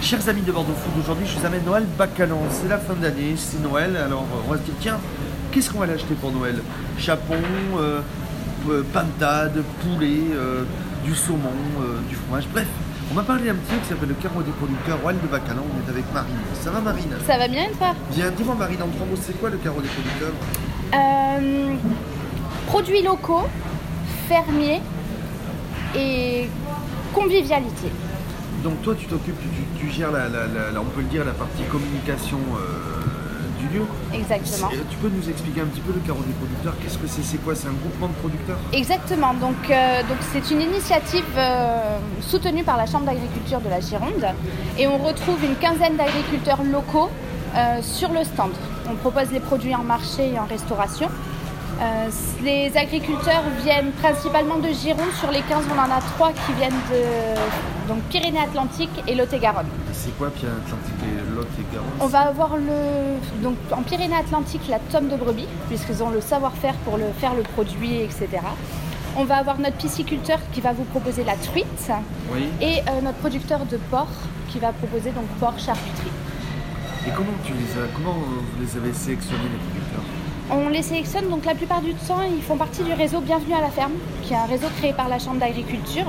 Chers amis de Bordeaux Food, aujourd'hui je vous amène Noël Bacalan. C'est la fin d'année, c'est Noël, alors euh, on va se dire tiens, qu'est-ce qu'on va aller acheter pour Noël Chapon, euh, euh, pintade, poulet, euh, du saumon, euh, du fromage, bref. On m'a parlé d'un petit truc qui s'appelle le carreau des producteurs, Noël de Bacalan, on est avec Marine. Ça va Marine Ça va bien et toi Bien, dis-moi Marine, en trois mots, c'est quoi le carreau des producteurs Euh, Produits locaux, fermiers et convivialité. Donc toi tu t'occupes, tu, tu gères, la, la- la- la- on peut le dire, la partie communication euh, du lieu Exactement. Et Tu peux nous expliquer un petit peu le carreau des producteurs Qu'est-ce que c'est C'est quoi C'est un groupement de producteurs Exactement. Donc, euh, donc c'est une initiative euh, soutenue par la Chambre d'agriculture de la Gironde et on retrouve une quinzaine d'agriculteurs locaux euh, sur le stand. On propose les produits en marché et en restauration. Euh, les agriculteurs viennent principalement de Gironde. Sur les 15, on en a 3 qui viennent de donc Pyrénées-Atlantiques et Lot-et-Garonne. C'est quoi Pierre Atlantique et Lot et Garonne On va avoir le, donc, en Pyrénées-Atlantiques la tome de brebis, puisqu'ils ont le savoir-faire pour le, faire le produit, etc. On va avoir notre pisciculteur qui va vous proposer la truite Oui. et euh, notre producteur de porc qui va proposer donc porc charcuterie. Et comment tu les as Comment euh, vous les avez sélectionnés les producteurs On les sélectionne donc la plupart du temps, ils font partie du réseau Bienvenue à la ferme, qui est un réseau créé par la Chambre d'agriculture,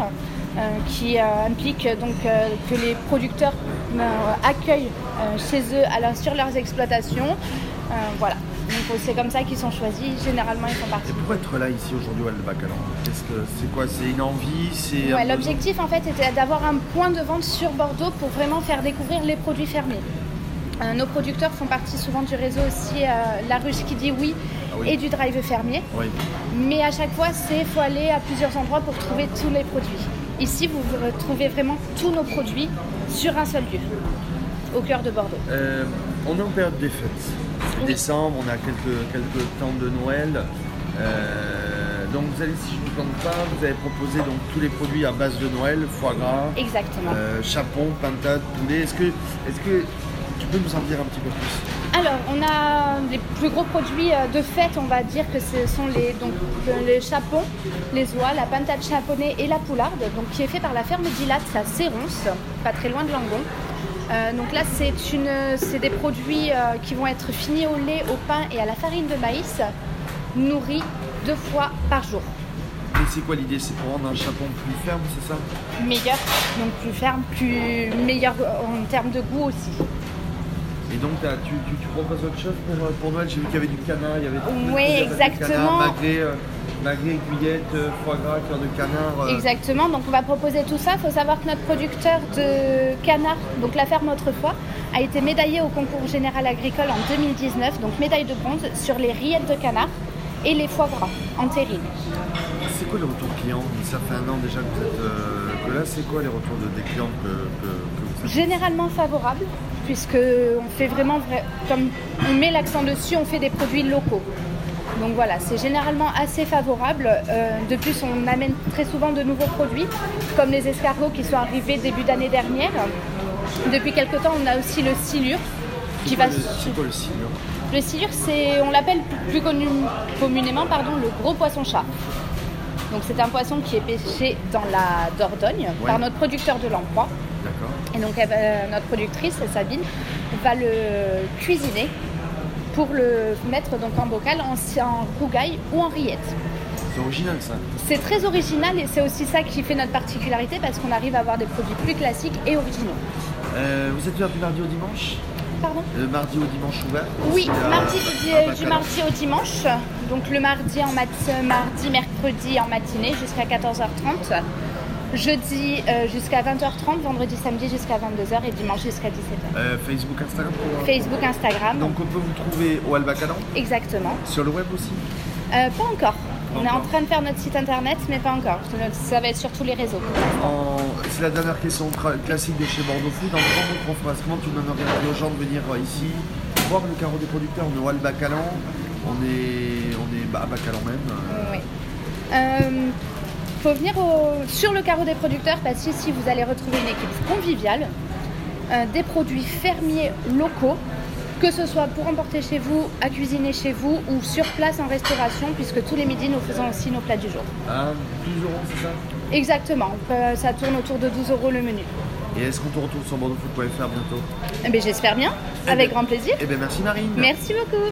euh, qui euh, implique euh, donc euh, que les producteurs euh, accueillent euh, chez eux à leur- sur leurs exploitations. Euh, voilà, donc euh, c'est comme ça qu'ils sont choisis. Généralement, ils font Et partie. pourquoi être là ici aujourd'hui au Bacalan Qu'est-ce que c'est quoi C'est une envie C'est un Ouais, besoin L'objectif en fait était d'avoir un point de vente sur Bordeaux pour vraiment faire découvrir les produits fermiers. Euh, nos producteurs font partie souvent du réseau aussi euh, La Ruche qui dit oui Ah oui. et du Drive fermier. Oui. Mais à chaque fois, c'est faut aller à plusieurs endroits pour trouver tous les produits. Ici, vous retrouvez vraiment tous nos produits sur un seul lieu, au cœur de Bordeaux. Euh, on est en période des fêtes. C'est Oui. décembre, on a quelques, quelques temps de Noël. Euh, donc vous allez, si je ne me trompe pas, vous avez proposé donc tous les produits à base de Noël, foie gras. Exactement. Euh, chapon, pintade, poulet. Est-ce que, est-ce que tu peux nous en dire un petit peu plus Alors, on a les plus gros produits euh, de fête, on va dire que ce sont les, donc, euh, les chapons, les oies, la pintade chaponnée et la poularde, donc, qui est fait par la ferme d'Ilat à Séronce, pas très loin de Langon. Euh, donc là, c'est, une, c'est des produits euh, qui vont être finis au lait, au pain et à la farine de maïs, nourris deux fois par jour. Et c'est quoi l'idée C'est pour rendre un chapon plus ferme, c'est ça Meilleur, donc plus ferme, plus meilleur euh, en termes de goût aussi. Et donc t'as- tu, tu, tu proposes autre chose pour, euh, pour Noël J'ai vu qu'il y avait du canard, il y avait Oui, il y avait du canard, exactement. Magret, euh, magret, aiguillette, euh, foie gras, cœur de canard. euh, Exactement, donc on va proposer tout ça. Il faut savoir que notre producteur de canard, donc la ferme autrefois, a été médaillé au concours général agricole en 2019, donc médaille de bronze sur les rillettes de canard et les foie gras en terrine. C'est quoi les retours clients Ça fait un an déjà que vous êtes euh, que là. C'est quoi les retours de- des clients que, que- que vous avez Généralement favorable, puisque on fait vraiment, vrai- comme on met l'accent dessus, on fait des produits locaux. Donc voilà, c'est généralement assez favorable. Euh, de plus, on amène très souvent de nouveaux produits, comme les escargots qui sont arrivés début d'année dernière. Depuis quelque temps, on a aussi le silure qui va. C'est quoi le- C'est quoi le signe hein Le silure, c'est, on l'appelle plus connu- communément, pardon, le gros poisson chat. Donc c'est un poisson qui est pêché dans la Dordogne Ouais. par notre producteur de l'emploi. D'accord. Et donc elle va- notre productrice, Sabine, va le cuisiner pour le mettre donc en bocal, en, en rougail ou en rillette. C'est original ça. C'est très original et c'est aussi ça qui fait notre particularité parce qu'on arrive à avoir des produits plus classiques et originaux. Euh, vous êtes ouvert du mardi au dimanche Pardon Le Euh, mardi au dimanche ouvert Oui, Aussi, euh, mardi, à du, du Bacalan. mardi au dimanche. Donc le mardi, en mat euh, mardi, mercredi en matinée jusqu'à 14h30. Jeudi euh, jusqu'à 20h30, vendredi, samedi jusqu'à 22h et dimanche jusqu'à 17h. Euh, Facebook, Instagram pour- Facebook, Instagram, Donc on peut vous trouver au Albacalan, exactement. sur le web aussi. Euh, pas encore. Pas On est en encore. train de faire notre site internet, mais pas encore. Ça va être sur tous les réseaux. En- C'est la dernière question cra- classique de chez Bordeaux Food. En trois mots, trois phrases. Comment tu donnerais aux gens de venir euh, ici voir le carreau des producteurs On est au Albacalan, on est, on est bah, à Bacalan même. euh, Oui. Euh, faut venir au- sur le carreau des producteurs parce qu'ici vous allez retrouver une équipe conviviale, euh, des produits fermiers locaux, que ce soit pour emporter chez vous, à cuisiner chez vous ou sur place en restauration, puisque tous les midis nous faisons aussi nos plats du jour. Euh, à 12 euros, c'est ça Exactement, on peut- ça tourne autour de 12 euros le menu. Et est-ce qu'on te retrouve sur bordeauxfood.fr bientôt Eh ben, J'espère bien, Eh avec ben- grand plaisir. Eh bien, merci Marine. Merci beaucoup.